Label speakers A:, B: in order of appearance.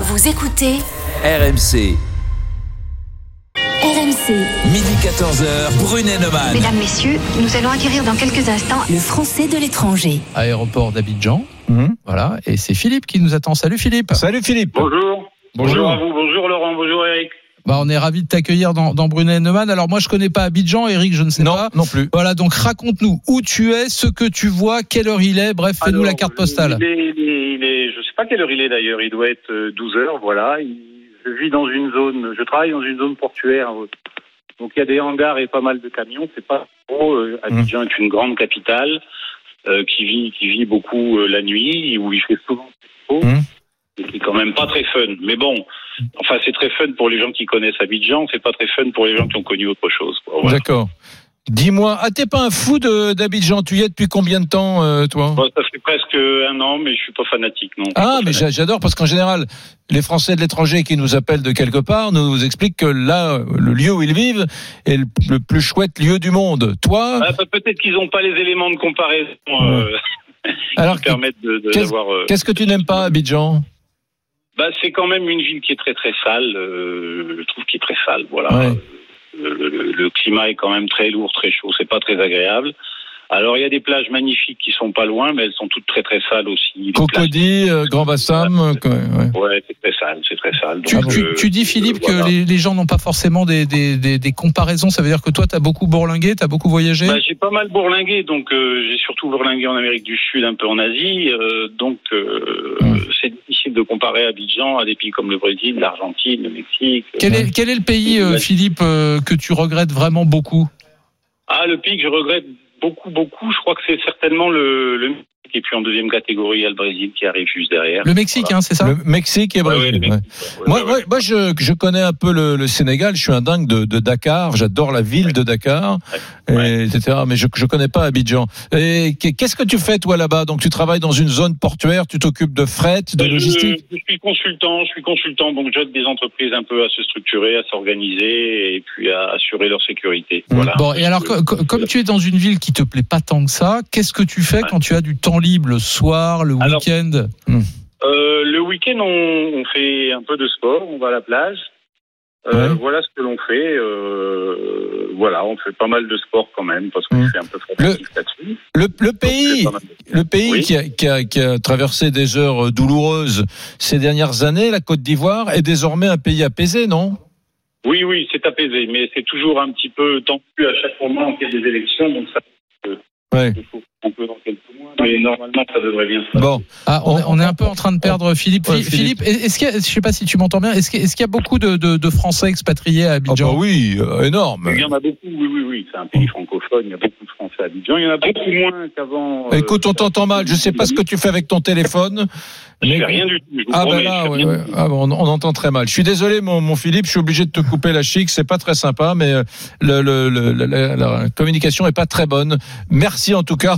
A: Vous écoutez
B: RMC,
A: RMC.
B: midi 14h, Brunet Neumann.
C: Mesdames, Messieurs, nous allons acquérir dans quelques instants
A: Le français de l'étranger.
D: aéroport d'Abidjan. Voilà, et c'est Philippe qui nous attend. Salut Philippe.
E: Mhm. Salut Philippe.
F: Bonjour.
E: Bonjour.
F: à vous, bonjour Laurent, bonjour Eric.
D: Bah, on est ravi de t'accueillir dans, dans Brunet Neumann. Alors moi je connais pas Abidjan, Eric, je ne sais
E: Non,
D: pas.
E: non plus.
D: Voilà, donc raconte-nous où tu es, ce que tu vois, quelle heure il est, bref, fais-nous
F: Alors,
D: la carte postale.
F: Il est, il est- il est- je sais pas quelle heure il est d'ailleurs, il doit être euh, 12 heures, voilà. Il- je vis dans une zone, je travaille dans une zone portuaire. euh, Donc il y a des hangars et pas mal de camions, c'est pas trop. euh,
D: Mmh.
F: Abidjan est une grande capitale euh, qui vit qui vit beaucoup euh, la nuit, où il fait souvent très chaud.
D: Mmh.
E: Mhm.
F: Et C'est quand même pas très fun, mais bon, enfin c'est très fun pour les gens qui connaissent Abidjan, c'est pas très fun pour les gens qui ont connu autre chose. quoi, voilà.
E: D'accord. Dis-moi, ah t'es pas un fou de d'Abidjan Tu y es depuis combien de temps, euh, toi
F: Bon, ça fait presque un an, mais je suis pas fanatique, non.
E: Ah,
F: Bah, Je suis pas
E: mais
F: fanatique.
E: j'a- j'adore parce qu'en général, les Français de l'étranger qui nous appellent de quelque part nous expliquent que là, le lieu où ils vivent est le, le plus chouette lieu du monde. Toi,
F: Ah, bah, Peut-être qu'ils n'ont pas les éléments de comparaison euh,
E: alors
F: qui permettent de- de-
E: qu'est-ce-
F: d'avoir. euh,
E: qu'est-ce que tu n'aimes pas, à Abidjan
F: bah, c'est quand même une ville qui est très très sale. euh, je trouve qu'il est très sale. Voilà. Euh,
E: Ouais.
F: Le, le- le climat est quand même très lourd, très chaud. C'est pas très agréable. Alors il y a des plages magnifiques qui sont pas loin, mais elles sont toutes très très sales aussi. Les plages,
E: Cocody, euh, Grand Bassam. euh, quoi, ouais.
F: ouais, c'est très sale, c'est très sale.
D: Tu,
F: Donc,
D: tu-
F: euh,
D: tu dis Philippe
F: euh, voilà.
D: que les, les gens n'ont pas forcément des, des- des- des comparaisons, ça veut dire que toi t'as beaucoup bourlingué, t'as beaucoup voyagé
F: Bah, j'ai pas mal bourlingué, donc euh, j'ai surtout bourlingué en Amérique du Sud, un peu en Asie. euh, donc euh,
D: Mm.
E: Ouais.
F: c'est difficile de comparer Abidjan à des pays comme le Brésil, l'Argentine, le Mexique.
D: quel, est, quel est le pays,
F: Bah,
D: euh, Philippe, euh, que tu regrettes vraiment beaucoup
F: Ah, le pays que je regrette beaucoup, beaucoup, je crois que c'est certainement le, le Mexique. Et puis en deuxième catégorie, il y a le Brésil qui arrive juste derrière.
D: Le Mexique, hein, c'est ça
E: Le Mexique et
F: Ouais, ouais,
E: Brésil.
F: le
E: ouais.
F: Mexique, ouais,
E: Moi,
F: ouais, ouais.
E: moi- moi, je, je connais un peu le, le Sénégal. Je suis un dingue de, de Dakar. J'adore la ville de Dakar,
F: Ouais.
E: et- etc. Mais je ne connais pas Abidjan. Et qu'est- qu'est-ce que tu fais toi là-bas Donc, tu travailles dans une zone portuaire. Tu t'occupes de fret, de
F: Je-
E: logistique.
F: Je, suis consultant, je suis consultant, donc j'aide des entreprises un peu à se structurer, à s'organiser et puis à assurer leur sécurité.
E: Mmh.
F: Voilà.
D: Mm. Bon, et alors, co- co- comme tu es dans une ville qui te plaît pas tant que ça, qu'est-ce que tu fais quand tu as du temps libre le soir, le
F: Alors-
D: week-end
F: Euh, le week-end, on, on fait un peu de sport, on va à la plage. Euh,
E: Ouais.
F: Voilà ce que l'on fait. euh, voilà, on fait pas mal de sport quand même parce que
E: Mm.
F: je suis un peu fréquentatif là-dessus.
E: Le, le
F: Donc, je fais
E: pays,
F: pas mal de-
E: le pays
F: Oui.
E: qui, a, qui a- qui a traversé des heures euh, douloureuses ces dernières années, la Côte d'Ivoire, est désormais un pays apaisé, non
F: Oui, oui, c'est apaisé, mais c'est toujours un petit peu tendu à chaque moment qu'il y a des élections, donc ça
E: Ouais.
F: se chauffe un peu dans quelques mois. Mais normalement, ça devrait bien se passer.
E: Bon,
D: Ah, on,
E: On-
D: est- on est un peu en train de perdre Philippe.
E: Ouais,
D: Phi- Philippe, est-ce qu'il y a- je sais pas si tu m'entends bien, est-ce qu'il est-ce qu'il y a beaucoup de, de- de Français expatriés à
E: ah bah
D: Abidjan
E: oui, euh, énorme.
F: Il y en a beaucoup, oui, oui, oui. C'est un pays francophone, il y a beaucoup de Français à Abidjan. Il y en a beaucoup moins qu'avant. euh,
E: Écoute, on t'entend mal. Je sais pas ce que tu fais avec ton téléphone.
F: Je fais rien du tout. je vous
E: Ah ben
F: promets, je
E: là,
F: fais
E: ouais,
F: rien
E: ouais.
F: du tout.
E: Ah, bon, on, on entend très mal. Je suis désolé, mon, mon Philippe, je suis obligé de te couper la chic. C'est pas très sympa, mais euh, le, le- le- la, la- la communication est pas très bonne. Merci en tout cas.